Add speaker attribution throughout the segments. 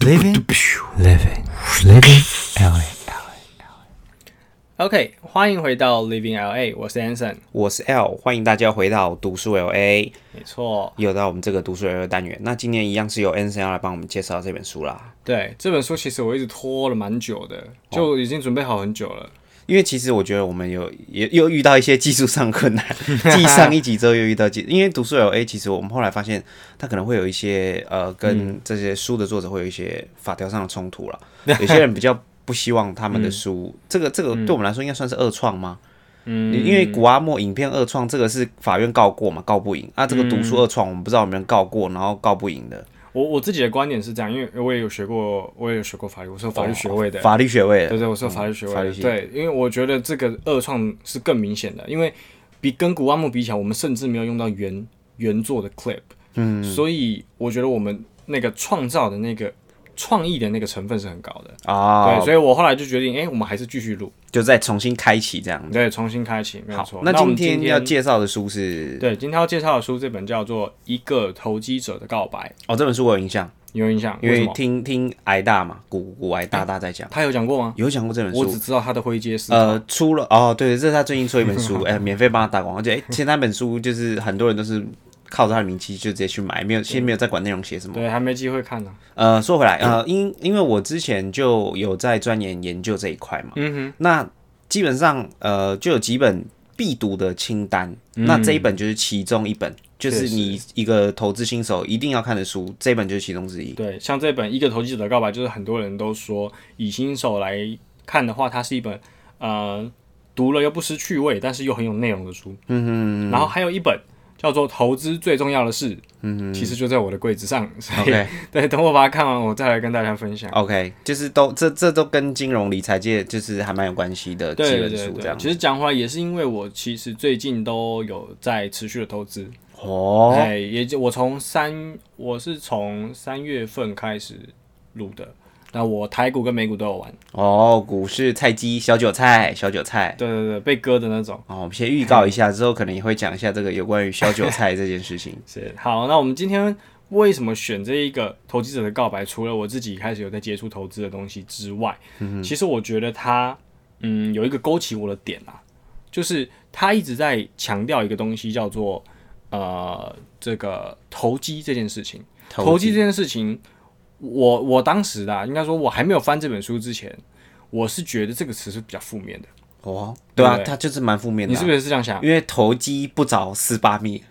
Speaker 1: Living Living Living LA。
Speaker 2: OK，欢迎回到 Living LA，我是 Anson。
Speaker 3: 我是 L，欢迎大家回到读书 LA，
Speaker 2: 没错，
Speaker 3: 又到我们这个读书 LA 单元。那今年一样是由 N C L 来帮我们介绍这本书啦。
Speaker 2: 对这本书其实我一直拖了蛮久的，
Speaker 3: 哦
Speaker 2: 就已经准备好很久了。
Speaker 3: 因为其实我觉得我们有也又遇到一些技术上 困难，继上一集之后又遇到技，因为读书 LA 其实我们后来发现它可能会有一些呃
Speaker 2: 嗯
Speaker 3: 跟这些书的作者会有一些法条上的冲突 了，有些人比较不希望他
Speaker 2: 嗯
Speaker 3: 们的书，这个这个对我们来说应该算是二创吗？嗯，因为古阿莫影片二创这个是法院告过嘛，告不赢啊。
Speaker 2: 嗯
Speaker 3: 这个读书二创我们不知道有没有人告过，然后告不赢的，
Speaker 2: 我我自己的观点是这样，因为我也有学过，我也有学过法律，我是有法律学位的。
Speaker 3: 哦法律学位了
Speaker 2: 对对，我是有法律学位
Speaker 3: 法
Speaker 2: 的。
Speaker 3: 律系
Speaker 2: 对，因为我觉得这个二创是更明显的，因为比跟古阿木比起来，我们甚至没有用到原原作的 clip。嗯，所以我觉得我们那个创造的那个创意的那个成分是很高的。
Speaker 3: 啊，
Speaker 2: 对，所以我后来就决定，哎、我们还是继续录，
Speaker 3: 就再重新开启这样子。
Speaker 2: 对，重新开启，没有错
Speaker 3: 好。，那
Speaker 2: 我们
Speaker 3: 今
Speaker 2: 今
Speaker 3: 天要介绍的书是
Speaker 2: 对，今天要介绍的书这本叫做《一个投机者的告白
Speaker 3: 哦，这本书我有印象，》，
Speaker 2: 有印象？
Speaker 3: 因
Speaker 2: 为什
Speaker 3: 为
Speaker 2: 么？
Speaker 3: 听听挨大嘛，古古挨大大在讲，
Speaker 2: 他有讲过吗？
Speaker 3: 有讲过这本
Speaker 2: 我只
Speaker 3: 书。
Speaker 2: 知道他的灰阶是，
Speaker 3: 呃，出了哦，对，这是他最近出一本书，哎、免费帮他打广告。而且，哎、其实那本书就是很多人都是靠着他的名气就直接去买，没有，先没有再管内容写什么。
Speaker 2: 对，还没机会看呢、
Speaker 3: 呃，说回来，呃，因因为我之前就有在钻研研究这一块嘛，嗯哼，那基本上呃就有几本必读的清单，那这一本就是其中一本，就是
Speaker 2: 嗯确实
Speaker 3: 你一个投资新手一定要看的书，这一本就是其中之一。
Speaker 2: 对，像这本《一个投机者的告白》，就是很多人都说，以新手来看的话，它是一本呃读了又不失趣味，但是又很有内容的书。嗯哼然后还有一本叫做《投资最重要的事》，嗯其实就在我的柜子上。所以
Speaker 3: OK
Speaker 2: 对，等我把它看完，我再来跟大家分享。
Speaker 3: OK，就是都这这都跟金融理财界就是还蛮有关系的几
Speaker 2: 对对
Speaker 3: 本
Speaker 2: 对
Speaker 3: 书这
Speaker 2: 对，
Speaker 3: 样。
Speaker 2: 其实讲回来也是因为我其实最近都有在持续的投资，
Speaker 3: 哦，
Speaker 2: 哎，也就我从三，我是从三月份开始录的，那我台股跟美股都有玩，
Speaker 3: 哦，股市菜鸡小韭菜，小韭菜。
Speaker 2: 对对对，被割的那种。
Speaker 3: 哦，我们先预告一下，之后可能也会讲一下这个有关于小韭菜这件事情。
Speaker 2: 是，好，那我们今天为什么选这一个投机者的告白？除了我自己开始有在接触投资的东西之外，其实我觉得他，嗯，有一个勾起我的点啊，就是他一直在强调一个东西，叫做呃，这个投机这件事情。 投机这件事情，我我当时啊，应该说我还没有翻这本书之前，我是觉得这个词是比较负面的。
Speaker 3: 哦，对啊
Speaker 2: 对，
Speaker 3: 它就是蛮负面的
Speaker 2: 你
Speaker 3: 啊、
Speaker 2: 是不是也是这样想？
Speaker 3: 因为投机不着十 八 米，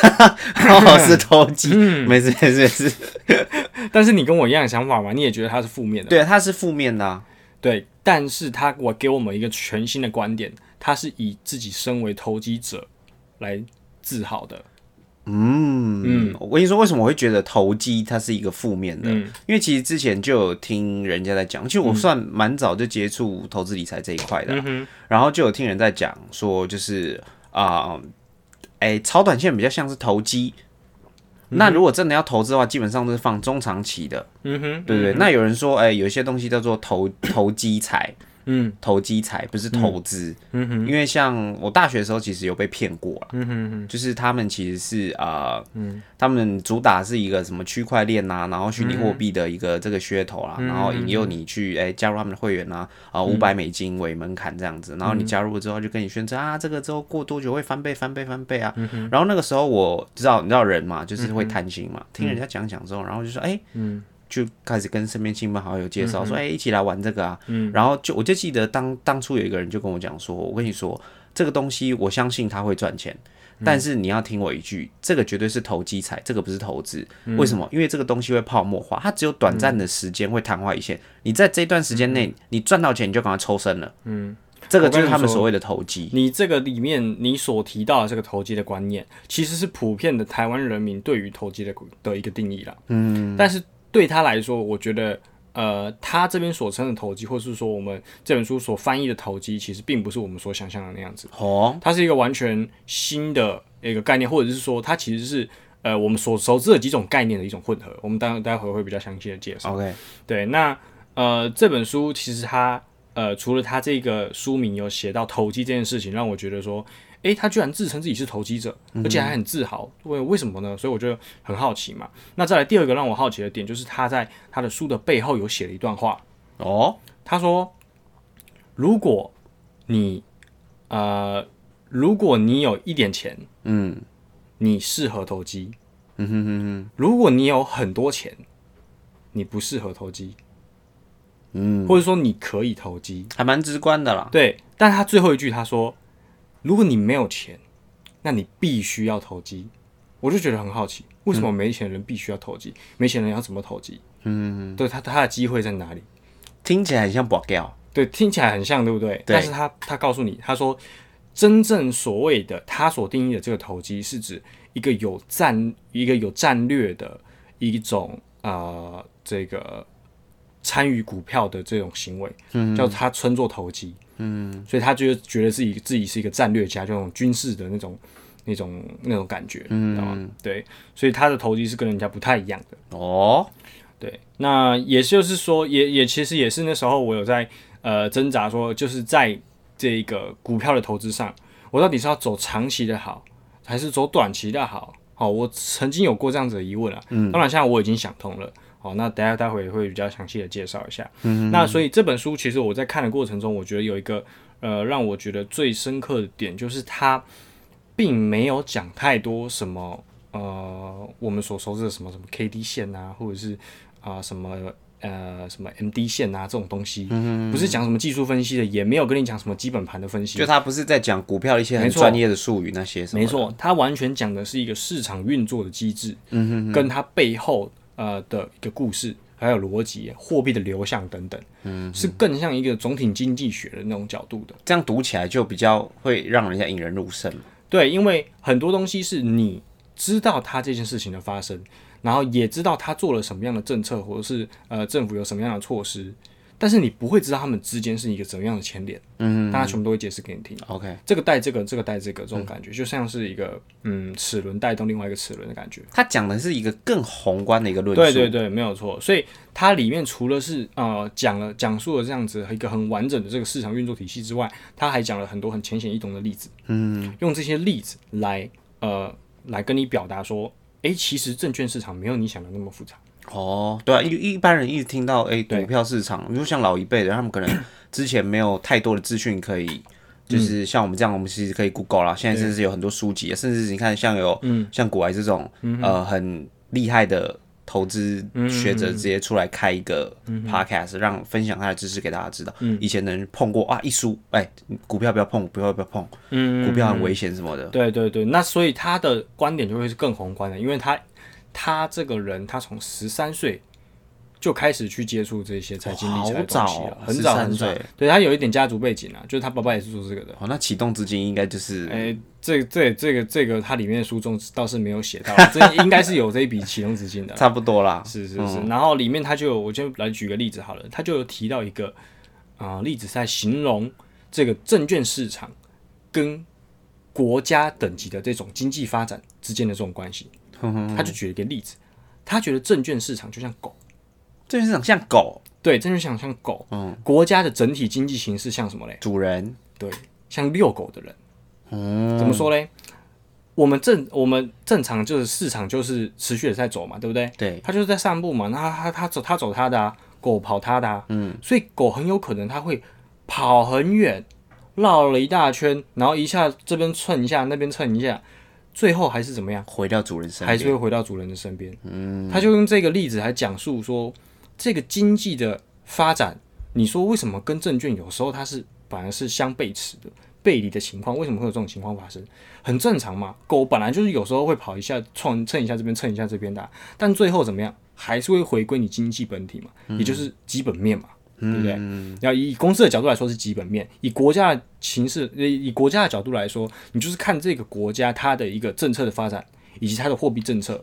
Speaker 3: 哈哈，是投机，
Speaker 2: 嗯
Speaker 3: 没事没事没事。
Speaker 2: 但是你跟我一样的想法嘛，你也觉得它是负面的。
Speaker 3: 对，它是负面的啊、
Speaker 2: 对，但是他我给我们一个全新的观点，他是以自己身为投机者来自豪的。
Speaker 3: 嗯，我跟你说，为什么我会觉得投机它是一个负面的？
Speaker 2: 嗯
Speaker 3: 因为其实之前就有听人家在讲，其实我算蛮早就接触投资理财这一块的啊、然后就有听人在讲说，就是啊，哎、炒短线比较像是投机。嗯那如果真的要投资的话，基本上都是放中长期的，
Speaker 2: 嗯哼，
Speaker 3: 对不对？那有人说，哎、有一些东西叫做投投机财，
Speaker 2: 嗯，
Speaker 3: 投机财不是投资，嗯哼，因为像我大学的时候其实有被骗过啦，嗯哼就是他们其实是啊，呃他们主打是一个什么区块链呐，然后虚拟货币的一个这个噱头啦，然后引诱你去哎、加入他们的会员呐，啊五百美金为门槛这样子，然后你加入之后就跟你宣称啊这个之后过多久会翻倍翻倍翻倍啊，然后那个时候我知道你知道人嘛，就是会贪心嘛，听人家讲讲之后，然后就说哎。就开始跟身边亲朋好友介绍、说，哎、一起来玩这个啊。然后就我就记得当当初有一个人就跟我讲说，我跟你说这个东西，我相信它会赚钱，但是你要听我一句，这个绝对是投机财，这个不是投资。为什么？因为这个东西会泡沫化，它只有短暂的时间会昙花一现。你在这段时间内，你赚到钱你就赶快抽身了。嗯，这个就是他们所谓的投机。
Speaker 2: 你这个里面你所提到的这个投机的观念，其实是普遍的台湾人民对于投机的的一个定义啦。嗯，但是对他来说，我觉得。呃，他这边所称的投机，或是说我们这本书所翻译的投机，其实并不是我们所想象的那样子。
Speaker 3: 哦，
Speaker 2: 它是一个完全新的一个概念，或者是说它其实是呃我们所熟知的几种概念的一种混合。我们待待会会比较详细的介绍。
Speaker 3: OK，
Speaker 2: 对，那呃这本书其实它呃除了它这个书名有写到投机这件事情，让我觉得说，哎、诶，他居然自称自己是投机者，而且还很自豪，为为什么呢？所以我就很好奇嘛。那再来第二个让我好奇的点，就是他在他的书的背后有写了一段话，
Speaker 3: 哦，
Speaker 2: 他说：“如果你呃，如果你有一点钱，
Speaker 3: 嗯
Speaker 2: 你适合投机；
Speaker 3: 嗯哼哼哼，
Speaker 2: 如果你有很多钱，你不适合投机，
Speaker 3: 嗯，
Speaker 2: 或者说你可以投机。
Speaker 3: 还蛮直观的啦。
Speaker 2: 对，但他最后一句他说：如果你没有钱，那你必须要投机。我就觉得很好奇，为什么没钱的人必须要投机？没钱的人要怎么投机？
Speaker 3: 嗯，
Speaker 2: 对他他的机会在哪里？
Speaker 3: 听起来很像 b o g
Speaker 2: 对，听起来很像，对不对？
Speaker 3: 对
Speaker 2: 但是他他告诉你，他说真正所谓的他所定义的这个投机，是指一个有战一个有战略的一种呃这个参与股票的这种行为，叫他称作投机。嗯，所以他就觉得自己自己是一个战略家，就那种军事的那种。那种那种感觉，嗯，知道吗？对，所以他的投机是跟人家不太一样的。
Speaker 3: 哦，
Speaker 2: 嗯对，那也就是说，也也其实也是那时候我有在呃挣扎说，就是在这个股票的投资上，我到底是要走长期的好，还是走短期的好？好，我曾经有过这样子的疑问啊。嗯，当然现在我已经想通了。好，那等一下待会会比较详细的介绍一下。嗯，那所以这本书其实我在看的过程中，我觉得有一个呃让我觉得最深刻的点，就是它并没有讲太多什么呃我们所熟知的什么什么 K D 线啊，或者是啊、什么呃什么 M D 线啊这种东西，不是讲什么技术分析的，也没有跟你讲什么基本盘的分析
Speaker 3: 就，他不是在讲股票一些很
Speaker 2: 没错
Speaker 3: 专业的术语那些什么？
Speaker 2: 没，错，它完全讲的是一个市场运作的机制，嗯哼跟它背后呃的一个故事，还有逻辑、货币的流向等等，嗯，是更像一个总体经济学的那种角度的。
Speaker 3: 这样读起来就比较会让人家引人入胜嘛。
Speaker 2: 对，因为很多东西是你知道它这件事情的发生，然后也知道他做了什么样的政策，或者是呃政府有什么样的措施，但是你不会知道他们之间是一个怎么样的牵连。嗯，大家全部都会解释给你听。
Speaker 3: OK，
Speaker 2: 这个带这个，这个带这个，这种感觉、就像是一个嗯齿轮带动另外一个齿轮的感觉。
Speaker 3: 他讲的是一个更宏观的一个论述。
Speaker 2: 对对对，没有错。所以它里面除了是呃讲了讲述了这样子一个很完整的这个市场运作体系之外，它还讲了很多很浅显易懂的例子。嗯，用这些例子来呃来跟你表达说，诶，其实证券市场没有你想的那么复杂。
Speaker 3: 哦，对啊，一一般人一直听到哎、股票市场，你说像老一辈的，他们 可能之前没有太多的资讯可以，就是
Speaker 2: 嗯
Speaker 3: 像我们这样，我们其实可以 Google 啦。现在甚至有很多书籍，甚至你看像有、
Speaker 2: 嗯
Speaker 3: 像古埃这种、呃很厉害的投资学
Speaker 2: 嗯
Speaker 3: 者，直接出来开一个 podcast，、让分享他的知识给大家知道。
Speaker 2: 嗯
Speaker 3: 以前的人碰过啊，一输哎，股票不要碰，股票不要碰，股票很危险什么的。
Speaker 2: 嗯对对对，那所以他的观点就会是更宏观的，因为他他这个人他从十三岁就开始去接触这些财经理财的东西
Speaker 3: 好早
Speaker 2: 了
Speaker 3: 哦，
Speaker 2: 很早
Speaker 3: 13
Speaker 2: 很早
Speaker 3: 岁。
Speaker 2: 对他有一点家族背景啊，就是他爸爸也是做这个的。
Speaker 3: 哦，那启动资金应该就是、
Speaker 2: 哎、这这这个这个，它里面的书中倒是没有写到，这应该是有这一笔启动资金的啦。
Speaker 3: 差不多嗯啦。
Speaker 2: 是是是，然后里面他就有，我就来举个例子好了，他就有提到一个啊、呃例子，在形容这个证券市场跟国家等级的这种经济发展之间的这种关系。他就举了一个例子，他觉得证券市场就像狗，
Speaker 3: 这市场像狗，
Speaker 2: 对，证券市场像狗，嗯，国家的整体经济形势像什么嘞？
Speaker 3: 主人
Speaker 2: 对，像遛狗的人。怎么说嘞？我们正我们正常就是市场就是持续的在走嘛，对不对？
Speaker 3: 对
Speaker 2: 它就是在散步嘛，那它它它走它走它的、啊，狗跑它的、啊，嗯，所以狗很有可能它会跑很远，绕了一大圈，然后一下这边蹭一下，那边蹭一下，最后还是怎么样？
Speaker 3: 回到主人身
Speaker 2: 还
Speaker 3: 边。
Speaker 2: 是会回到主人的身边。嗯，他就用这个例子来讲述说，这个经济的发展，你说为什么跟证券有时候它是反而是相背驰的、背离的情况？为什么会有这种情况发生？很正常嘛，狗本来就是有时候会跑一下、蹭蹭一下这边、蹭一下这边的啊、但最后怎么样，还是会回归你经济本体嘛，
Speaker 3: 嗯
Speaker 2: 也就是基本面嘛。对不对？要嗯以公司的角度来说是基本面，以国家的形势，呃以国家的角度来说，你就是看这个国家它的一个政策的发展，以及它的货币政策，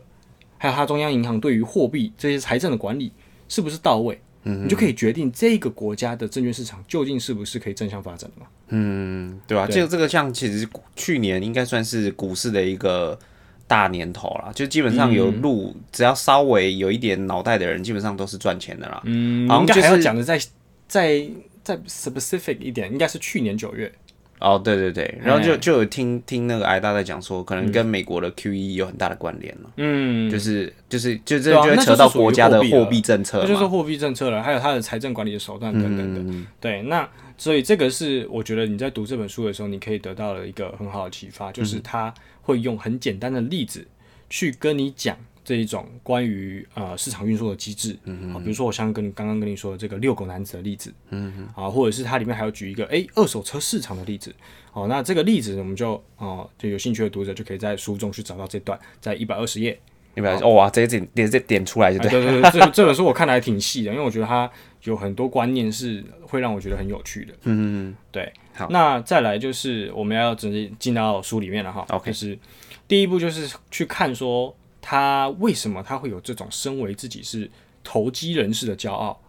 Speaker 2: 还有它中央银行对于货币这些财政的管理是不是到位，
Speaker 3: 嗯
Speaker 2: 你就可以决定这个国家的证券市场究竟是不是可以正向发展的嘛。
Speaker 3: 嗯，对啊，
Speaker 2: 对
Speaker 3: 这个这个像其实去年应该算是股市的一个大年头啦，就基本上有
Speaker 2: 嗯
Speaker 3: 入，只要稍微有一点脑袋的人，基本上都是赚钱的啦。
Speaker 2: 嗯
Speaker 3: 好像
Speaker 2: 应该
Speaker 3: 就
Speaker 2: 还要
Speaker 3: 是
Speaker 2: 讲的再再再 specific 一点，应该是去年九月，
Speaker 3: 哦，对对对，然后就
Speaker 2: 哎
Speaker 3: 就有听听那个挨大在讲说，可能跟美国的 QE 有很大的关联了，
Speaker 2: 嗯，
Speaker 3: 就是就是就这
Speaker 2: 对啊
Speaker 3: 就会
Speaker 2: 那
Speaker 3: 扯
Speaker 2: 就是
Speaker 3: 到
Speaker 2: 属于
Speaker 3: 国家
Speaker 2: 货
Speaker 3: 的
Speaker 2: 币
Speaker 3: 货
Speaker 2: 了
Speaker 3: 币政策
Speaker 2: 这就是
Speaker 3: 嘛，
Speaker 2: 货币政策了，还有它的财政管理的手段等等等。
Speaker 3: 嗯，
Speaker 2: 对，那所以这个是我觉得你在读这本书的时候，你可以得到了一个很好的启发，
Speaker 3: 嗯
Speaker 2: 就是他会用很简单的例子去跟你讲这一种关于呃市场运作的机制。嗯好，比如说我像跟刚刚跟你说的这个遛狗男子的例子，嗯啊，或者是它里面还有举一个诶二手车市场的例子。哦，那这个例子我们就哦、就有兴趣的读者就可以在书中去找到这段，在一百二十页。
Speaker 3: 你不要哦哇，直接点点这点出来就
Speaker 2: 哎
Speaker 3: 对，
Speaker 2: 对对对，这这本书我看的还挺细的，因为我觉得它有很多观念是会让我觉得很有趣的。
Speaker 3: 嗯，
Speaker 2: 对，
Speaker 3: 好
Speaker 2: 那再来就是我们要直接进到书里面了哈。就
Speaker 3: OK
Speaker 2: 是第一步就是去看说他为什么他会有这种身为自己是投机人士的骄傲，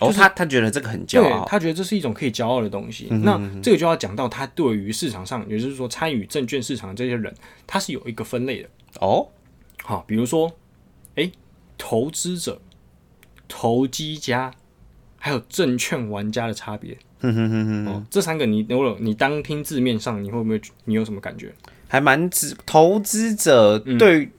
Speaker 3: 哦，他他觉得这个很骄
Speaker 2: 对
Speaker 3: 傲，嗯
Speaker 2: 他觉得这是一种可以骄傲的东西。那这个就要讲到他对于市场上，也就是说参与证券市场的这些人，他是有一个分类的。
Speaker 3: 哦，
Speaker 2: 好，比如说，哎，投资者、投机家，还有证券玩家的差别。
Speaker 3: 哼哼哼哼，
Speaker 2: 哦，这三个你如果你单听字面上，你会不会你有什么感觉？
Speaker 3: 还蛮资投资者
Speaker 2: 嗯
Speaker 3: 对、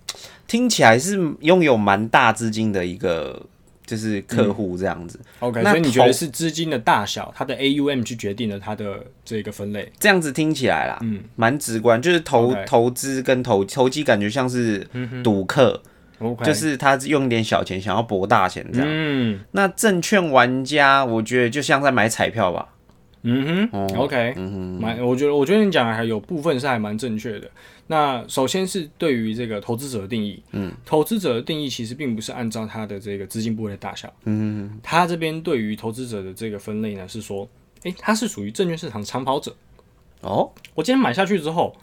Speaker 3: 听起来是拥有蛮大资金的一个就是
Speaker 2: 嗯
Speaker 3: 客户这样子，
Speaker 2: OK，
Speaker 3: 那
Speaker 2: 所以你觉
Speaker 3: 投
Speaker 2: 得是资金的大小，它的 AUM 去决定了它的这个分类。
Speaker 3: 这样子听起来啦，蛮直观，就是投
Speaker 2: 嗯 OK 嗯
Speaker 3: 投资跟投投机感觉像是赌客，
Speaker 2: OK，
Speaker 3: 就是他用点小钱想要博大钱这样。
Speaker 2: 嗯
Speaker 3: 那证券玩家，我觉得就像在买彩票吧，
Speaker 2: 嗯哼、o k 蛮、我觉得我觉得你讲的还有部分是还蛮正确的。那首先是对于这个投资者的定义，嗯，投资者的定义其实并不是按照他的这个资金部位的大小，嗯，他这边对于投资者的这个分类呢是说，诶、他是属于证券市场长跑者。
Speaker 3: 哦，
Speaker 2: 我今天买下去之后，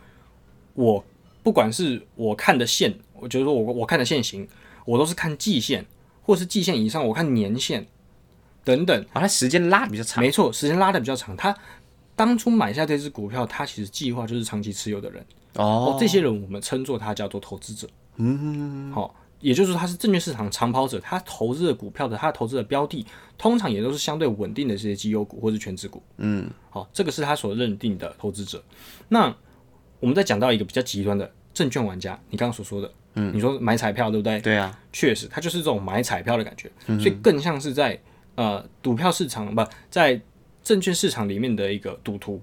Speaker 2: 我不管是我看的线，我觉得说我我看的线型，我都是看季线，或是季线以上，我看年线等等。
Speaker 3: 把它时间拉比较长，
Speaker 2: 没错，时间拉的比较长。他当初买下这只股票，他其实计划就是长期持有的人。
Speaker 3: 哦
Speaker 2: 哦，这些人我们称作他叫做投资者。嗯，好、也就是说他是证券市场长跑者，他投资的股票的他投资的标的，通常也都是相对稳定的这些绩优股或是全职股。嗯，好、这个是他所认定的投资者。那我们再讲到一个比较极端的证券玩家，你刚刚所说的，嗯，你说买彩票对不对？
Speaker 3: 对啊，
Speaker 2: 确实，它就是这种买彩票的感觉，所以更像是在呃赌票市场不在证券市场里面的一个赌徒，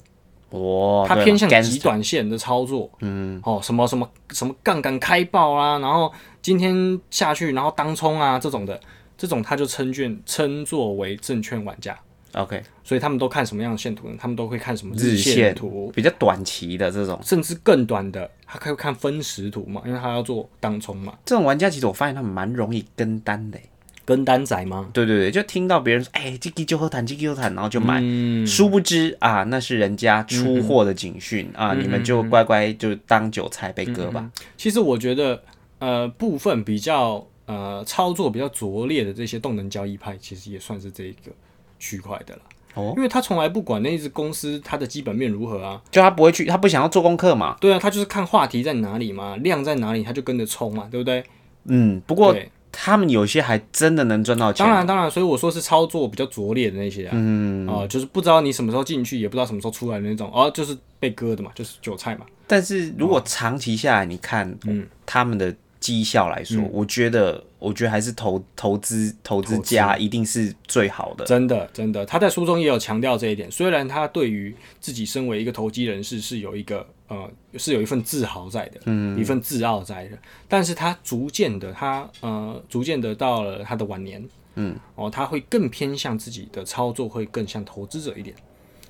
Speaker 3: 哦，
Speaker 2: 它
Speaker 3: 对
Speaker 2: 偏
Speaker 3: 了
Speaker 2: 向
Speaker 3: gangster
Speaker 2: 极短线的操作，啊嗯，哦，什么什么什么杠杆开爆啊，然后今天下去然后当冲啊这种的，这种它就称券称作为证券玩家，
Speaker 3: ，OK，
Speaker 2: 所以他们都看什么样的线图呢？他们都会看什么
Speaker 3: 日
Speaker 2: 线
Speaker 3: 线
Speaker 2: 图，
Speaker 3: 比较短期的这种，
Speaker 2: 甚至更短的，他可以看分时图嘛，因为他要做当冲嘛，
Speaker 3: 这种玩家其实我发现他们蛮容易跟单的欸，
Speaker 2: 跟单仔吗？
Speaker 3: 对对对，就听到别人说，哎、这个就喝谈，这个就谈，然后就买。
Speaker 2: 嗯
Speaker 3: 殊不知啊，那是人家出货的警讯、啊，你们就乖乖就当韭菜被割吧。
Speaker 2: 其实我觉得，呃，部分比较呃操作比较拙劣的这些动能交易派，其实也算是这一个区块的啦。
Speaker 3: 哦，
Speaker 2: 因为他从来不管那一只公司它的基本面如何啊，
Speaker 3: 就他不会去，他不想要做功课嘛。
Speaker 2: 对啊，他就是看话题在哪里嘛，量在哪里，他就跟着冲嘛，对不对？
Speaker 3: 嗯，不过
Speaker 2: 对，
Speaker 3: 他们有些还真的能赚到钱。
Speaker 2: 当然当然，所以我说是操作比较拙劣的那些啊，嗯，啊、就是不知道你什么时候进去，也不知道什么时候出来的那种，哦、就是被割的嘛，就是韭菜嘛，
Speaker 3: 但是如果长期下来，你看、
Speaker 2: 嗯
Speaker 3: 他们的绩效来说，我觉得，我觉得还是投投资投资家一定是最好的。
Speaker 2: 真的，真的，他在书中也有强调这一点。虽然他对于自己身为一个投机人士是有一个呃是有一份自豪在的，嗯，一份自傲在的，但是他逐渐的，他呃逐渐的到了他的晚年，嗯，哦，他会更偏向自己的操作，会更像投资者一点。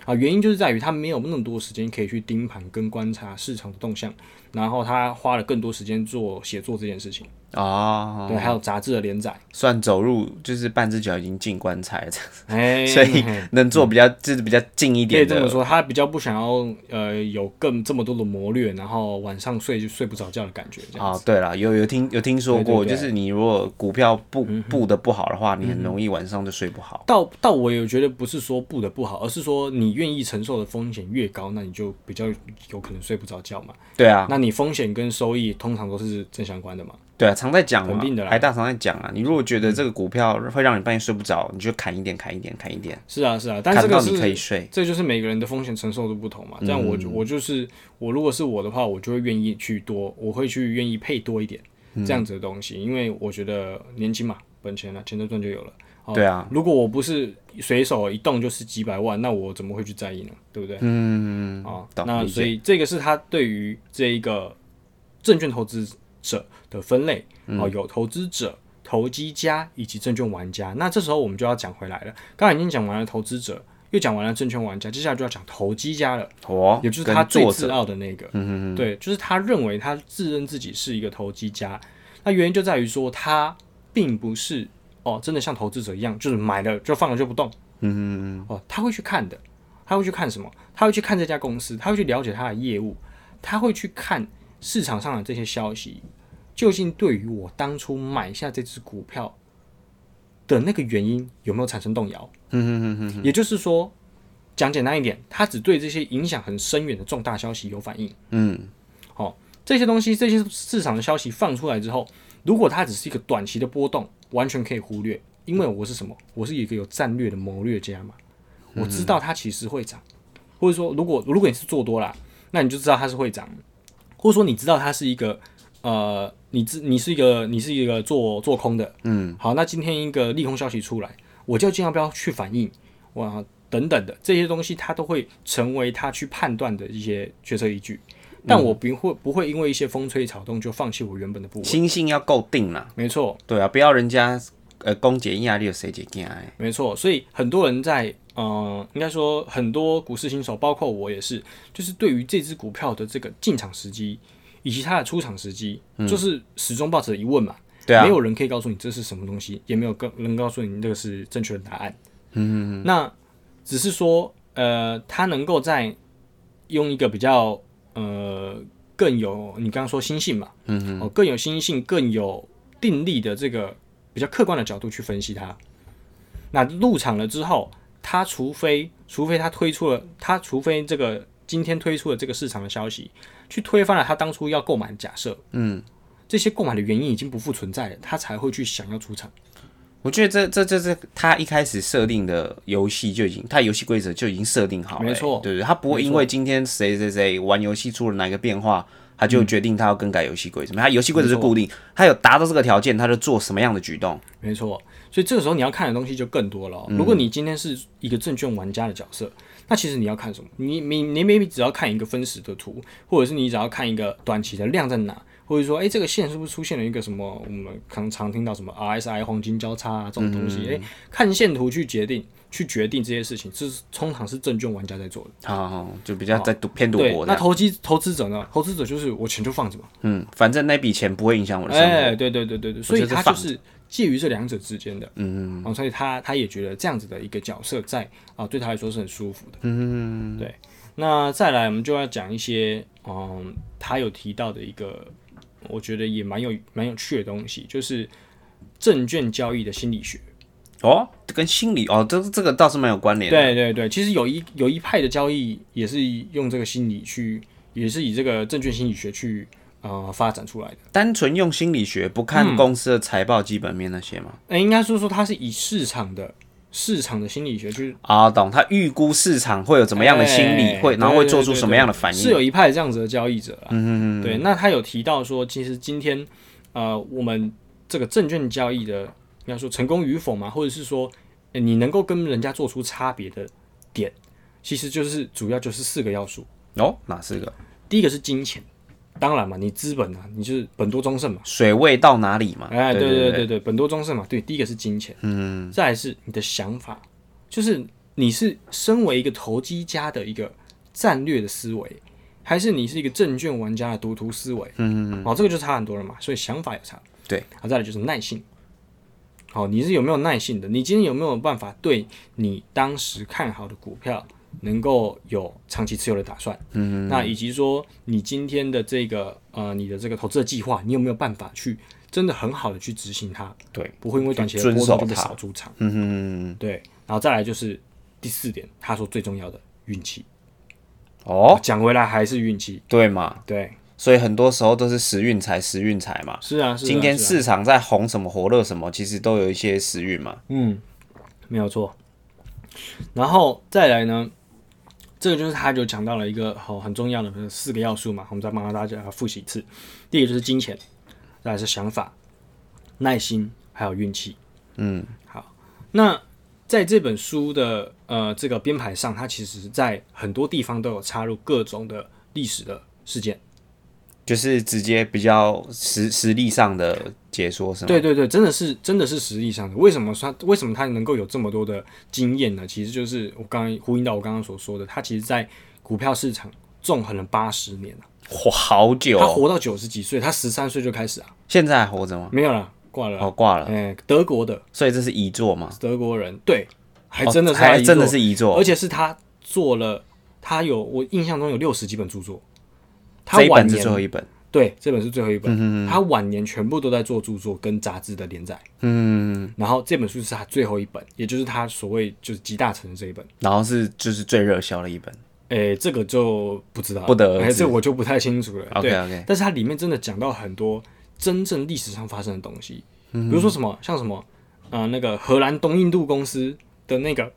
Speaker 2: 啊，原因就是在于他没有那么多时间可以去盯盘跟观察市场的动向，然后他花了更多时间做写作这件事情，
Speaker 3: 哦，
Speaker 2: 对，还有杂志的连载，
Speaker 3: 算走入就是半只脚已经进棺材了，这样
Speaker 2: 哎，
Speaker 3: 所以能做比较就是比较近一
Speaker 2: 嗯可以
Speaker 3: 点
Speaker 2: 这么
Speaker 3: 的，
Speaker 2: 说，他比较不想要呃有更这么多的谋略，然后晚上睡就睡不着觉的感觉。这样
Speaker 3: 啊，对了，有有听有听说过，
Speaker 2: 对对对嗯
Speaker 3: 就是你如果股票布布的不好的话，你很容易晚上就睡不好。
Speaker 2: 到到我也觉得不是说布的不好，而是说你愿意承受的风险越高，那你就比较有可能睡不着觉嘛。
Speaker 3: 对啊，
Speaker 2: 嗯那你你风险跟收益通常都是正相关的嘛。
Speaker 3: 对啊，常在讲
Speaker 2: 肯
Speaker 3: 嘛
Speaker 2: 定的，啦嗯
Speaker 3: 海大常在讲啊。你如果觉得这个股票会让你半夜睡不着，你就砍一点，砍一点，砍一点，
Speaker 2: 是啊，是啊，但
Speaker 3: 砍
Speaker 2: 这
Speaker 3: 到
Speaker 2: 个
Speaker 3: 你可以
Speaker 2: 是
Speaker 3: 嗯睡。
Speaker 2: 这就是每个人的风险承受度不同嘛。但我就我就是我如果是我的话，我就会愿意去多，我会去愿意配多一点
Speaker 3: 嗯
Speaker 2: 这样子的东西，因为我觉得年轻嘛，本钱啊，钱就赚就有了。哦
Speaker 3: 对啊，
Speaker 2: 如果我不是随手一动就是几百万，那我怎么会去在意呢？对不对？
Speaker 3: 嗯，
Speaker 2: 啊、
Speaker 3: 懂
Speaker 2: 那
Speaker 3: 理解
Speaker 2: 所以这个是他对于这一个证券投资者的分类啊、
Speaker 3: 嗯
Speaker 2: 有投资者、投机家以及证券玩家。那这时候我们就要讲回来了，刚才已经讲完了投资者，又讲完了证券玩家，接下来就要讲投机家了，
Speaker 3: 哦，
Speaker 2: 也就是
Speaker 3: 跟
Speaker 2: 他最
Speaker 3: 作
Speaker 2: 自
Speaker 3: 者嗯
Speaker 2: 傲的那个，对，就是他认为他自认自己是一个投机家，那原因就在于说他并不是哦，真的像投资者一样，就是买了就放了就不动。
Speaker 3: 嗯
Speaker 2: 哦，他会去看的，他会去看什么？他会去看这家公司，他会去了解他的业务，他会去看市场上的这些消息，究竟对于我当初买下这只股票的那个原因有没有产生动摇？嗯嗯嗯嗯。也就是说，讲简单一点，他只对这些影响很深远的重大消息有反应。
Speaker 3: 嗯，
Speaker 2: 哦，这些东西，这些市场的消息放出来之后，如果它只是一个短期的波动，完全可以忽略，因为我是什么？我是一个有战略的谋略家嘛，我知道它其实会涨，或者说，如果如果你是做多啦，那你就知道它是会涨，或者说你知道它是一个。呃，你知你是一个你是一个做做空的，嗯，好，那今天一个利空消息出来，我究竟要不要去反应？哇，等等的这些东西，它都会成为他去判断的一些决策依据。但我不会不会因为一些风吹草动就放弃我原本的部位。
Speaker 3: 心性要够定啦。
Speaker 2: 没错，
Speaker 3: 对啊，不要人家呃公姐压力有谁姐惊哎。
Speaker 2: 没错。所以很多人在呃，应该说很多股市新手，包括我也是，就是对于这只股票的这个进场时机以及它的出场时机，就是始终抱着疑问嘛。
Speaker 3: 对啊
Speaker 2: 没，有人可以告诉你这是什么东西，也没有更能告诉你这个是正确的答案。嗯，那只是说，呃，他能够在用一个比较呃更有你刚刚说心性嘛，嗯哦，更有心性、更有定力的这个比较客观的角度去分析它。那入场了之后，他除非除非他推出了，他除非这个今天推出的这个市场的消息，去推翻了他当初要购买的假设，这些购买的原因已经不复存在了，他才会去想要出场。
Speaker 3: 我觉得这这这是他一开始设定的游戏就已经，他游戏规则就已经设定好了、欸
Speaker 2: 没错
Speaker 3: 对不对？他不会因为今天谁谁谁玩游戏出了哪个变化，他就决定他要更改游戏规则。
Speaker 2: 嗯
Speaker 3: 他游戏规则是固定，他有达到这个条件，他就做什么样的举动。
Speaker 2: 没错，所以这个时候你要看的东西就更多了
Speaker 3: 嗯
Speaker 2: 哦、如果你今天是一个证券玩家的角色，那其实你要看什么？你你你 maybe 只要看一个分时的图，或者是你只要看一个短期的量在哪，或者说，哎、这个线是不是出现了一个什么？我们常常听到什么 RSI 黄金交叉啊这种东西，
Speaker 3: 嗯
Speaker 2: 哎、看线图去决定去决定这些事情，这是通常是证券玩家在做的。
Speaker 3: 好好，就比较在赌骗赌
Speaker 2: 对
Speaker 3: 博，
Speaker 2: 那
Speaker 3: 的。
Speaker 2: 投机投资者呢？投资者就是我钱就放着嘛。
Speaker 3: 嗯，反正那笔钱不会影响我的生活。
Speaker 2: 哎、对对对对对，所以
Speaker 3: 觉得
Speaker 2: 他
Speaker 3: 放
Speaker 2: 就是介于这两者之间的，嗯嗯，哦，所以他他也觉得这样子的一个角色在啊、对他来说是很舒服的，嗯，对。那再来，我们就要讲一些，嗯，他有提到的一个，我觉得也蛮有蛮有趣的东西，就是证券交易的心理学。
Speaker 3: 哦，跟心理哦，这这个倒是蛮有关联的。
Speaker 2: 对对对，其实有一有一派的交易也是用这个心理去，也是以这个证券心理学去呃发展出来的。
Speaker 3: 单纯用心理学，不看公司的财报基本面那些吗？
Speaker 2: 哎、应该是说它是以市场的市场的心理学去
Speaker 3: 啊、懂。他预估市场会有怎么样的心理，
Speaker 2: 哎
Speaker 3: 会然后会做出什么样的反应？
Speaker 2: 对对对对是有一派这样子的交易者啊。嗯嗯对，那他有提到说，其实今天呃，我们这个证券交易的，应该说成功与否嘛，或者是说、呃你能够跟人家做出差别的点，其实就是主要就是四个要素。
Speaker 3: 哦，哪四个？
Speaker 2: 第一个是金钱，当然嘛，你资本啊，你就是本多终胜嘛。
Speaker 3: 水位到哪里嘛？
Speaker 2: 哎，对
Speaker 3: 对
Speaker 2: 对对对，本多终胜嘛。对，第一个是金钱，嗯，再来是你的想法，就是你是身为一个投机家的一个战略的思维，还是你是一个证券玩家的赌徒思维？嗯，哦，这个就差很多了嘛。所以想法有差，
Speaker 3: 对，
Speaker 2: 好，再来就是耐性。好，你是有没有耐性的？你今天有没有办法对你当时看好的股票能够有长期持有的打算？嗯，那以及说你今天的这个呃，你的这个投资的计划，你有没有办法去真的很好的去执行它？
Speaker 3: 对，
Speaker 2: 不会因为短期的
Speaker 3: 遵
Speaker 2: 波
Speaker 3: 守
Speaker 2: 动就被
Speaker 3: 它
Speaker 2: 扫出场。
Speaker 3: 嗯，
Speaker 2: 对，然后再来就是第四点，他说最重要的运气。
Speaker 3: 哦，
Speaker 2: 讲回来还是运气，
Speaker 3: 对嘛，
Speaker 2: 对，
Speaker 3: 所以很多时候都是时运财，时运财嘛。
Speaker 2: 是啊，是啊
Speaker 3: 今天
Speaker 2: 是啊
Speaker 3: 市场在红什么火热什么，其实都有一些时运嘛。
Speaker 2: 嗯，没有错。然后再来呢，这个就是他就讲到了一个好、很重要的四个要素嘛，我们再帮大家复习一次。第一个就是金钱，再来是想法、耐心，还有运气。
Speaker 3: 嗯，
Speaker 2: 好，那在这本书的呃这个编排上，它其实在很多地方都有插入各种的历史的事件。
Speaker 3: 就是直接比较实实力上的解说是吗？
Speaker 2: 对，对对，真的是真的是实力上的。为什么说为什么他能够有这么多的经验呢？其实就是我刚刚呼应到我刚刚所说的，他其实在股票市场纵横了八十年啊了，
Speaker 3: 活好久、
Speaker 2: 他
Speaker 3: 哦，
Speaker 2: 活到九十几岁，他十三岁就开始啊，
Speaker 3: 现在还活着吗？
Speaker 2: 没有了，挂了啦。
Speaker 3: 哦，挂了，
Speaker 2: 哎、德国的
Speaker 3: 所以这是遗作嘛？
Speaker 2: 德国人，对，还
Speaker 3: 哦
Speaker 2: 真的是他
Speaker 3: 还
Speaker 2: 遗
Speaker 3: 真的
Speaker 2: 作
Speaker 3: 是遗作，
Speaker 2: 而且是他做了，他有我印象中有六十几本著作，他
Speaker 3: 这一
Speaker 2: 晚
Speaker 3: 本是
Speaker 2: 年
Speaker 3: 最后一本。
Speaker 2: 对这本是最后一本，他晚年全部都在做著作跟杂志的连载，
Speaker 3: 嗯，
Speaker 2: 然后这本书是他最后一本，也就是他所谓就是集大成的这一本，
Speaker 3: 然后是就是最热销的一本。
Speaker 2: 诶，这个就不知道了，
Speaker 3: 不得而
Speaker 2: 诶
Speaker 3: 知
Speaker 2: 这我就不太清楚了。对
Speaker 3: OK，OK
Speaker 2: 但是它里面真的讲到很多真正历史上发生的东西，
Speaker 3: 嗯
Speaker 2: 比如说什么像什么呃那个荷兰东印度公司的那个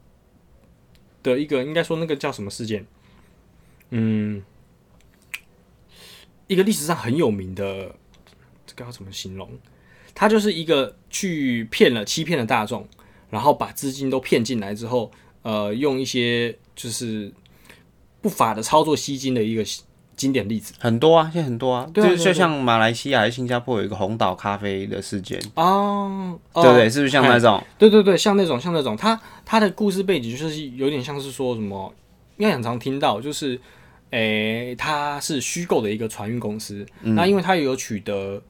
Speaker 2: 的一个应该说那个叫什么事件，嗯，一个历史上很有名的这个要怎么形容？他就是一个去骗了欺骗了大众，然后把资金都骗进来之后，呃，用一些就是不法的操作吸金的一个经典例子
Speaker 3: 很多啊，现在很多啊，
Speaker 2: 对啊
Speaker 3: 就
Speaker 2: 对啊
Speaker 3: 就像马来西亚、还是新加坡有一个红岛咖啡的事件，
Speaker 2: 哦，哦
Speaker 3: 对不对？是不是像那种？
Speaker 2: 对对对，像那种像那种，他他的故事背景就是有点像是说什么，应该很常听到，就是诶，他是虚构的一个船运公司，
Speaker 3: 嗯
Speaker 2: 那因为他有取得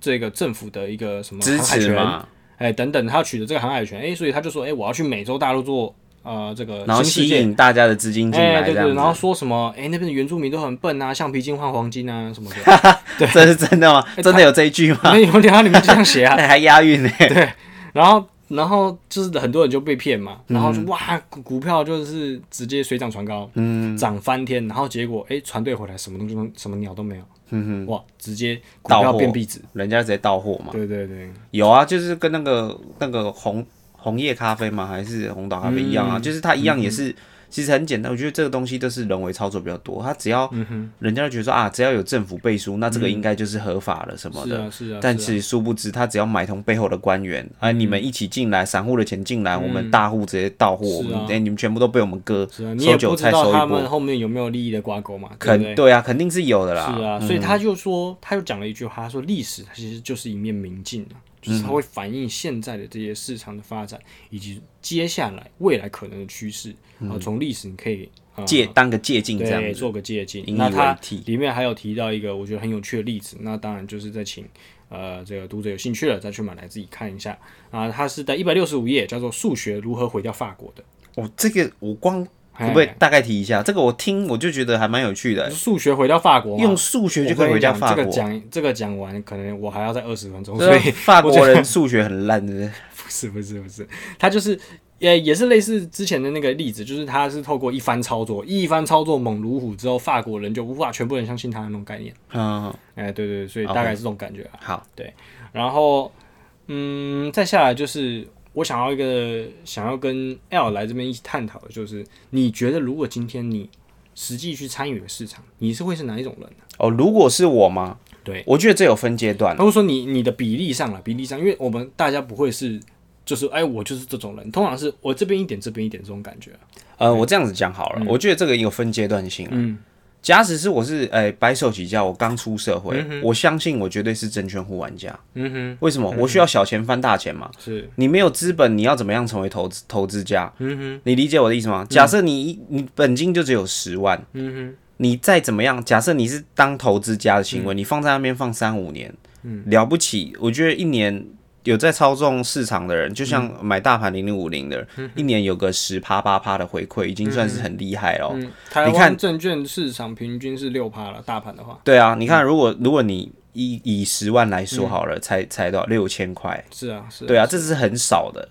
Speaker 2: 这个政府的一个什么
Speaker 3: 支
Speaker 2: 航海
Speaker 3: 持
Speaker 2: 权，
Speaker 3: 嘛，
Speaker 2: 哎等等，他取得这个航海权，哎，所以他就说，哎，我要去美洲大陆做呃这个
Speaker 3: 然后
Speaker 2: 新世
Speaker 3: 吸
Speaker 2: 界
Speaker 3: 引大家的资金进
Speaker 2: 哎，
Speaker 3: 来，
Speaker 2: 对
Speaker 3: 这样
Speaker 2: 对，
Speaker 3: 子。
Speaker 2: 然后说什么？哎，那边的原住民都很笨啊，橡皮筋换黄金啊什么的。
Speaker 3: 这是真的吗？
Speaker 2: 哎
Speaker 3: 真的有这一句吗？
Speaker 2: 那有点，它里面就这样写啊。
Speaker 3: 还押韵呢。
Speaker 2: 然后，然后就是很多人就被骗嘛，
Speaker 3: 嗯
Speaker 2: 然后就哇，股股票就是直接水涨船高，嗯，涨翻天。然后结果，哎，船队回来什么东西都什么鸟都没有，嗯哇，直接股
Speaker 3: 到
Speaker 2: 票
Speaker 3: 货
Speaker 2: 变壁纸。
Speaker 3: 人家直接到货嘛。
Speaker 2: 对对对，
Speaker 3: 有啊，就是跟那个那个红红叶咖啡嘛，还是红岛咖啡一样
Speaker 2: 嗯
Speaker 3: 啊，就是它一样也是。其实很简单，我觉得这个东西都是人为操作比较多。它只
Speaker 2: 嗯
Speaker 3: 要人家就觉得说啊，只要有政府背书，那这个应该就是合法了什么
Speaker 2: 是
Speaker 3: 的。
Speaker 2: 啊是啊，
Speaker 3: 但
Speaker 2: 是啊嗯
Speaker 3: 是殊不知，他只要买通背后的官员，啊，你们一起进来，散户的钱进来，我们大户直接到货，我
Speaker 2: 是啊
Speaker 3: 们哎，你们全部都被我们割，
Speaker 2: 是啊，你
Speaker 3: 收
Speaker 2: 也
Speaker 3: 韭
Speaker 2: 不
Speaker 3: 菜
Speaker 2: 知
Speaker 3: 收
Speaker 2: 道
Speaker 3: 一
Speaker 2: 他们
Speaker 3: 波，
Speaker 2: 后面有没有利益的挂钩嘛，对不
Speaker 3: 肯
Speaker 2: 对？
Speaker 3: 对啊，肯嗯定是有的啦。
Speaker 2: 是啊，所以他就说，他就讲了一句话，他说历史它其实就是一面明镜啊，
Speaker 3: 嗯
Speaker 2: 就是它会反映现在的这些市场的发展，以及接下来未来可能的趋势。啊，
Speaker 3: 嗯
Speaker 2: 从历史你可以呃
Speaker 3: 借当个借镜这
Speaker 2: 对
Speaker 3: 样子，
Speaker 2: 做个借鉴
Speaker 3: 引。以
Speaker 2: 那它
Speaker 3: 为替
Speaker 2: 里面还有提到一个我觉得很有趣的例子，那当然就是在请呃这个读者有兴趣了再去买来自己看一下啊，它是在一百六十五页，叫做《数学如何毁掉法国》的。
Speaker 3: 我哦这个我光
Speaker 2: 哎
Speaker 3: 可不可以大概提一下？这个我听我就觉得还蛮有趣的，
Speaker 2: 数学毁掉法国嘛，
Speaker 3: 用数学就可以回家法
Speaker 2: 我跟你
Speaker 3: 国。
Speaker 2: 讲这个讲这个讲完，可能我还要再二十分钟，所
Speaker 3: 对
Speaker 2: 以
Speaker 3: 啊法国人数学很烂的，
Speaker 2: 不是不是不是，他就是也也是类似之前的那个例子，就是他是透过一番操作，一番操作猛如虎之后，法国人就无法全部人相信他的那种概念。
Speaker 3: 嗯，
Speaker 2: 哎、对对对，所以大概是这种感觉啊。
Speaker 3: 好，
Speaker 2: 然后，嗯，再下来就是我想要一个想要跟 L 来这边一起探讨的，就是你觉得如果今天你实际去参与了市场，你是会是哪一种人啊呢、
Speaker 3: 哦，如果是我吗？
Speaker 2: 对，
Speaker 3: 我觉得这有分阶段，啊
Speaker 2: 他会说你你的比例上了，比例上，因为我们大家不会是就是哎，我就是这种人，通常是我这边一点，这边一点这种感觉啊、
Speaker 3: 呃，我这样子讲好
Speaker 2: 嗯
Speaker 3: 了，我觉得这个有分阶段性。嗯，假使是我是诶、呃白手起家，我刚出社会，我相信我绝对是证券户玩家。
Speaker 2: 嗯哼，
Speaker 3: 为什么？我需要小钱翻大钱嘛。
Speaker 2: 是
Speaker 3: 你没有资本，你要怎么样成为投资投资家？嗯哼，你理解我的意思吗？假设你你本金就只有十万，嗯哼，你再怎么样，假设你是当投资家的行为，你放在那边放三五年，嗯，了不起，我觉得一年。有在操纵市场的人，就像买大盘零零五零的人，一年有个十趴八趴的回馈，已经算是很厉害了。
Speaker 2: 嗯，台
Speaker 3: 你看
Speaker 2: 湾证券市场平均是六趴了，大盘的话
Speaker 3: 对啊，你看，如果如果你以以十万来说好了，才才多少六千块，
Speaker 2: 是啊是啊嗯
Speaker 3: 对啊，这是很少的，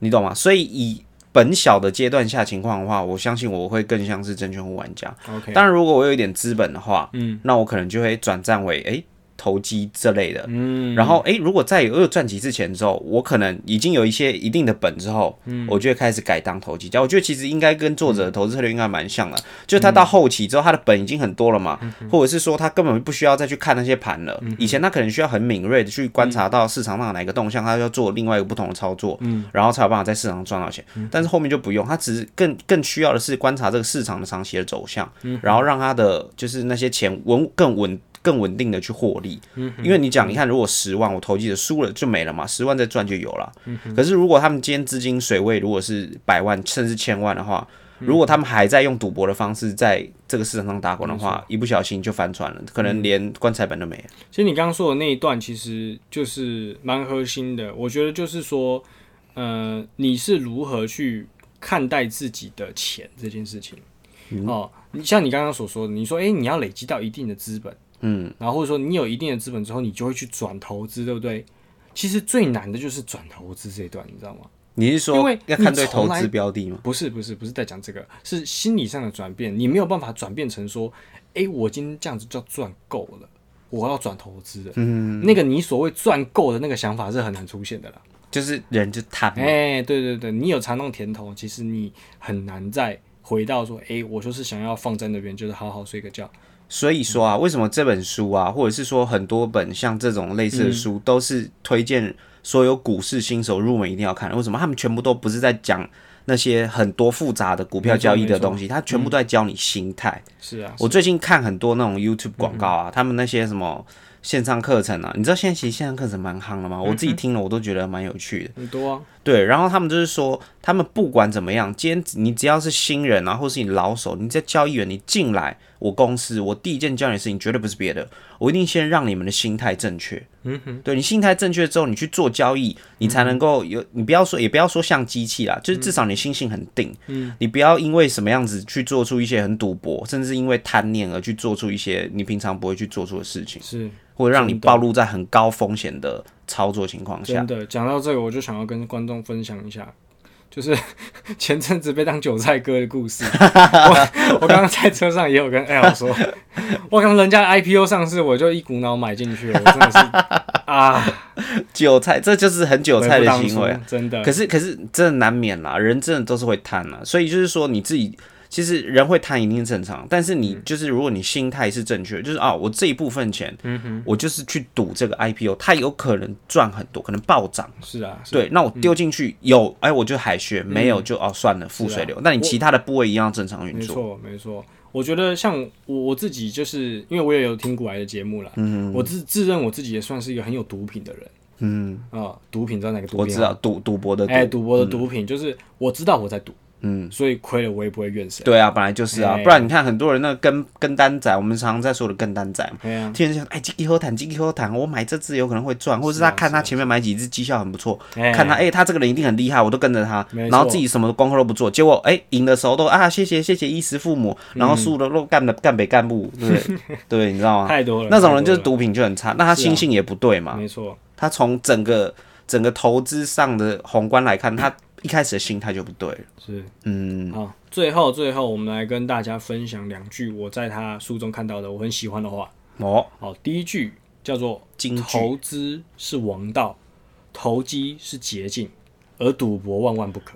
Speaker 3: 你懂吗？所以以本小的阶段下情况的话，我相信我会更像是证券户玩家。
Speaker 2: OK，
Speaker 3: 当然，如果我有一点资本的话，
Speaker 2: 嗯，
Speaker 3: 那我可能就会转战为诶投机这类的。
Speaker 2: 嗯，
Speaker 3: 然后诶，如果再有又赚几次钱之后，我可能已经有一些一定的本之后，
Speaker 2: 嗯
Speaker 3: 我就会开始改当投机家。我觉得其实应该跟作者的投资策略应该蛮像的，
Speaker 2: 嗯
Speaker 3: 就是他到后期之后，他的本已经很多了嘛，或者是说他根本不需要再去看那些盘了。
Speaker 2: 嗯
Speaker 3: 以前他可能需要很敏锐的去观察到市场上哪一个动向，他要做另外一个不同的操作，
Speaker 2: 嗯
Speaker 3: 然后才有办法在市场上赚到钱。但是后面就不用，他只是更更需要的是观察这个市场的长期的走向，然后让他的就是那些钱稳更稳。更稳定的去获利，
Speaker 2: 嗯
Speaker 3: 因为你讲，你看，如果十万我投机的输了就没了嘛，十万再赚就有了。
Speaker 2: 嗯
Speaker 3: 可是如果他们今天资金水位如果是百万甚至千万的话，
Speaker 2: 嗯
Speaker 3: 如果他们还在用赌博的方式在这个市场上打滚的话，一不小心就翻船了，可
Speaker 2: 嗯
Speaker 3: 能连棺材本都没了。
Speaker 2: 其实你刚刚说的那一段，其实就是蛮核心的。我觉得就是说，呃，你是如何去看待自己的钱这件事情。哦，你像你刚刚所说的，你说，诶，你要累积到一定的资本，
Speaker 3: 嗯，
Speaker 2: 然后或者说你有一定的资本之后，你就会去转投资，对不对？其实最难的就是转投资这一段，你知道吗？
Speaker 3: 你是
Speaker 2: 因
Speaker 3: 说
Speaker 2: 为
Speaker 3: 要看对
Speaker 2: 你从
Speaker 3: 投
Speaker 2: 来
Speaker 3: 资标的吗？
Speaker 2: 不是不是不是在讲这个，是心理上的转变，你没有办法转变成说，诶，我今天这样子就赚够了，我要转投资了。嗯，那个你所谓赚够的那个想法是很难出现的啦。
Speaker 3: 就是人就贪嘛，
Speaker 2: 哎、对对对，你有尝到甜头，其实你很难再回到说，诶，我就是想要放在那边，就是好好睡个觉。
Speaker 3: 所以说啊，为什么这本书啊，或者是说很多本像这种类似的书，都是推荐所有股市新手入门一定要看？为什么他们全部都不是在讲那些很多复杂的股票交易的东西？他全部都在教你心态。
Speaker 2: 是啊，
Speaker 3: 我最近看很多那种 YouTube 广告啊，他们那些什么线上课程啊，你知道现在其实线上课程蛮夯的吗？我自己听了我都觉得蛮有趣的。
Speaker 2: 很多啊，
Speaker 3: 对，然后他们就是说，他们不管怎么样，今天你只要是新人啊，或是你老手，你在交易员，你进来我公司，我第一件教你的事情绝对不是别的，我一定先让你们的心态正确。嗯哼，对你心态正确之后，你去做交易，你才能够有，你不要说也不要说像机器啦，就是至少你心性很定。嗯，你不要因为什么样子去做出一些很赌博，甚至因为贪念而去做出一些你平常不会去做出的事情，
Speaker 2: 是
Speaker 3: 或者让你
Speaker 2: 真的
Speaker 3: 暴露在很高风险的操作情况下
Speaker 2: 真。的。讲到这个，我就想要跟观众分享一下。就是 前阵子被当韭菜割的故 事，我我刚刚在车上也有跟 L 说，我刚人家 IPO 上市，我就一股脑买进去了，我真 的是啊，
Speaker 3: 韭菜，这就是很韭
Speaker 2: 悔
Speaker 3: 菜
Speaker 2: 不
Speaker 3: 的
Speaker 2: 当
Speaker 3: 行为啊
Speaker 2: 初。真的
Speaker 3: 可。是可是真的难免啦，人真的都是会贪啦，所以就是说你自己。其实人会贪一定是正常，但是
Speaker 2: 嗯
Speaker 3: 你就是如果你心态是正确的，就是啊，我这一部分钱，
Speaker 2: 嗯
Speaker 3: 我就是去赌这个 IPO，它有可能赚很多，可能暴涨。
Speaker 2: 是啊，是啊嗯
Speaker 3: 对，那我丢进去有，哎，我就海选，没有就哦算了，负水流。那你其他的部位一样正常运
Speaker 2: 啊没
Speaker 3: 作。
Speaker 2: 错，没错。我觉得像我我自己，就是因为我也有听古来的节目啦，嗯，我自自认我自己也算是一个很有毒品的人，嗯啊、毒品知道哪个毒品？
Speaker 3: 我知，道赌赌博的
Speaker 2: 哎、
Speaker 3: 赌，
Speaker 2: 赌博的毒品、就是我知道我在赌，
Speaker 3: 嗯，
Speaker 2: 所以亏了我也不会怨谁，
Speaker 3: 对啊，本来就是啊，
Speaker 2: 哎
Speaker 3: 不然你看很多人那个跟跟单仔，我们常常在说的跟单仔嘛，
Speaker 2: 对啊，
Speaker 3: 听人讲，哎，这个好谈，这个好谈，我买这只有可能会赚，或者是
Speaker 2: 啊
Speaker 3: 他看他前面买几只绩效很不错，
Speaker 2: 哎
Speaker 3: 看他，哎，他这个人一定很厉害，我都跟着他
Speaker 2: 没，错
Speaker 3: 然后自己什么功课都不做，结果哎，赢的时候都啊，谢谢谢谢衣食父母，
Speaker 2: 嗯
Speaker 3: 然后输的都干的干北干部，对不对 对，你知道吗？
Speaker 2: 太多了，
Speaker 3: 那种人就是
Speaker 2: 太多啊
Speaker 3: 毒品就很差，那他心性也不对嘛
Speaker 2: 了，，没错，
Speaker 3: 他从整个整个投资上的宏观来看，他一开始的心态就不对了，
Speaker 2: 是
Speaker 3: 嗯，
Speaker 2: 好，最后最后我们来跟大家分享两句我在他书中看到的我很喜欢的话，
Speaker 3: 哦，
Speaker 2: 好，第一句叫做
Speaker 3: 金句
Speaker 2: 投资是王道，投机是捷径，而赌博万万不可，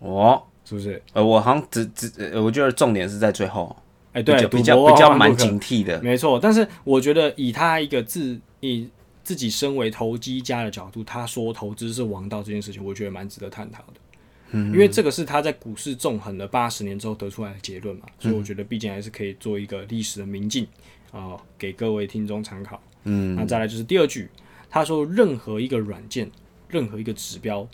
Speaker 3: 哦，
Speaker 2: 是不是？
Speaker 3: 呃，我好像只只，呃我觉得重点是在最后，
Speaker 2: 哎、
Speaker 3: 比
Speaker 2: 对，
Speaker 3: 较
Speaker 2: 赌
Speaker 3: 比较
Speaker 2: 博
Speaker 3: 比较
Speaker 2: 万万
Speaker 3: 蛮
Speaker 2: 不可
Speaker 3: 警惕的，
Speaker 2: 没错。但是我觉得以他一个自以自己身为投机家的角度，他说投资是王道这件事情，我觉得蛮值得探讨的。
Speaker 3: 嗯
Speaker 2: 因为这个是他在股市纵横了八十年之后得出来的结论嘛，所以
Speaker 3: 嗯
Speaker 2: 我觉得毕竟还是可以做一个历史的明镜啊、给各位听众参考。
Speaker 3: 嗯，
Speaker 2: 那再来就是第二句，他说任何一个软件、任何一个指标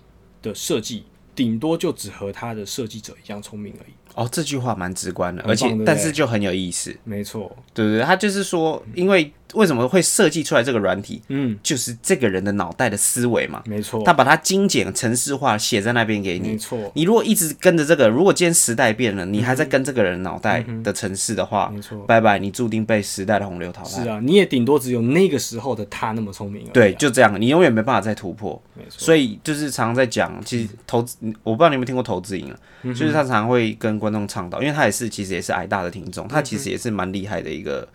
Speaker 2: 的设计，顶多就只和它的设计者一样聪明而已。
Speaker 3: 哦，这句话蛮直观的，
Speaker 2: 很棒
Speaker 3: 而且
Speaker 2: 对不对
Speaker 3: 但是就很有意思，
Speaker 2: 没错，
Speaker 3: 对不对？他就是说，因为为什么会设计出来这个软体，
Speaker 2: 嗯，
Speaker 3: 就是这个人的脑袋的思维嘛，
Speaker 2: 没错，
Speaker 3: 他把它精简、程式化写在那边给
Speaker 2: 没
Speaker 3: 你。
Speaker 2: 错，
Speaker 3: 你如果一直跟着这个，如果今天时代变了，你还
Speaker 2: 嗯
Speaker 3: 在跟这个人脑袋的程式的话
Speaker 2: 没错，
Speaker 3: 拜拜，你注定被时代的洪流淘
Speaker 2: 是
Speaker 3: 汰。
Speaker 2: 啊，你也顶多只有那个时候的他那么聪明而已啊、
Speaker 3: 对，就这样，你永远没办法再突破。
Speaker 2: 没错，
Speaker 3: 所以就是常常在讲，其实投资你我不知道你有没有听过投资营啊，
Speaker 2: 嗯
Speaker 3: 就是他常常会跟观众倡导，因为他也是其实也是挨大的听众，
Speaker 2: 嗯
Speaker 3: 他其实也是蛮厉害的一个，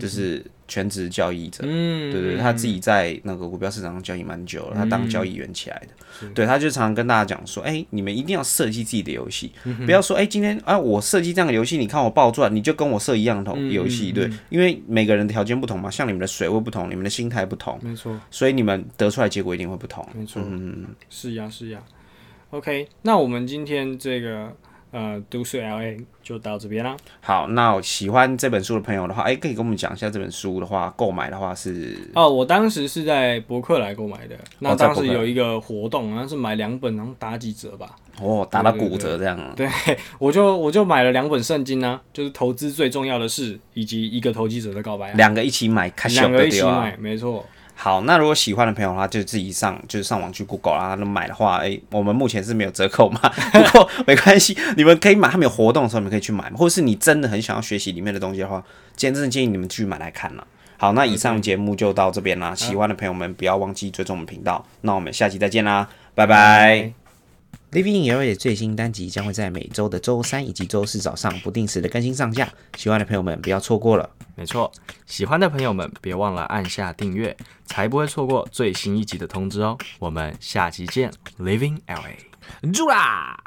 Speaker 3: 就是全职交易者，
Speaker 2: 嗯，
Speaker 3: 对对，他自己在那个股票市场上交易蛮久了，他当交易员起来的，对，他就常常跟大家讲说，哎，你们一定要设计自己的游戏，
Speaker 2: 嗯
Speaker 3: 不要说哎今天啊我设计这样的游戏，你看我爆赚，你就跟我设一样的
Speaker 2: 嗯
Speaker 3: 游戏，对，因为每个人的条件不同嘛，像你们的水位不同，你们的心态不同，
Speaker 2: 没错，
Speaker 3: 所以你们得出来结果一定会不同，
Speaker 2: 没错，
Speaker 3: 嗯
Speaker 2: 是呀，是呀。OK，那我们今天这个呃都市 LA 就到这边啦。
Speaker 3: 好，那喜欢这本书的朋友的话，哎、可以跟我们讲一下这本书的话，购买的话是
Speaker 2: 哦，我当时是在博客来购买的，那
Speaker 3: 哦在
Speaker 2: 当
Speaker 3: 博
Speaker 2: 时
Speaker 3: 客来
Speaker 2: 有一个活动，好像是买两本，然后打几折吧。
Speaker 3: 哦打到骨折这样啊。
Speaker 2: 对，我就我就买了两本圣经啊，就是投资最重要的事，以及一个投机者的告白、啊，
Speaker 3: 两个一起买，卡小
Speaker 2: 两
Speaker 3: 的
Speaker 2: 个一起
Speaker 3: 对吧？
Speaker 2: 买，没错，
Speaker 3: 好，那如果喜欢的朋友的话，就自己上，就是上网去 Google 啦。那买的话，哎、我们目前是没有折扣嘛， 不过没关系，你们可以买，他们有活动的时候你们可以去买，或者是你真的很想要学习里面的东西的话，今天真的建议你们去买来看啦。好，那以上节目就到这边啦。喜欢的朋友们不要忘记追踪我们频道。那我们下期再见啦，拜拜。Living in LA 的最新单集将会在每周的周三以及周四早上不定时的更新上架，喜欢的朋友们不要错过了。
Speaker 4: 没错，喜欢的朋友们别忘了按下订阅，才不会错过最新一集的通知哦。我们下期见，Living LA，住啦！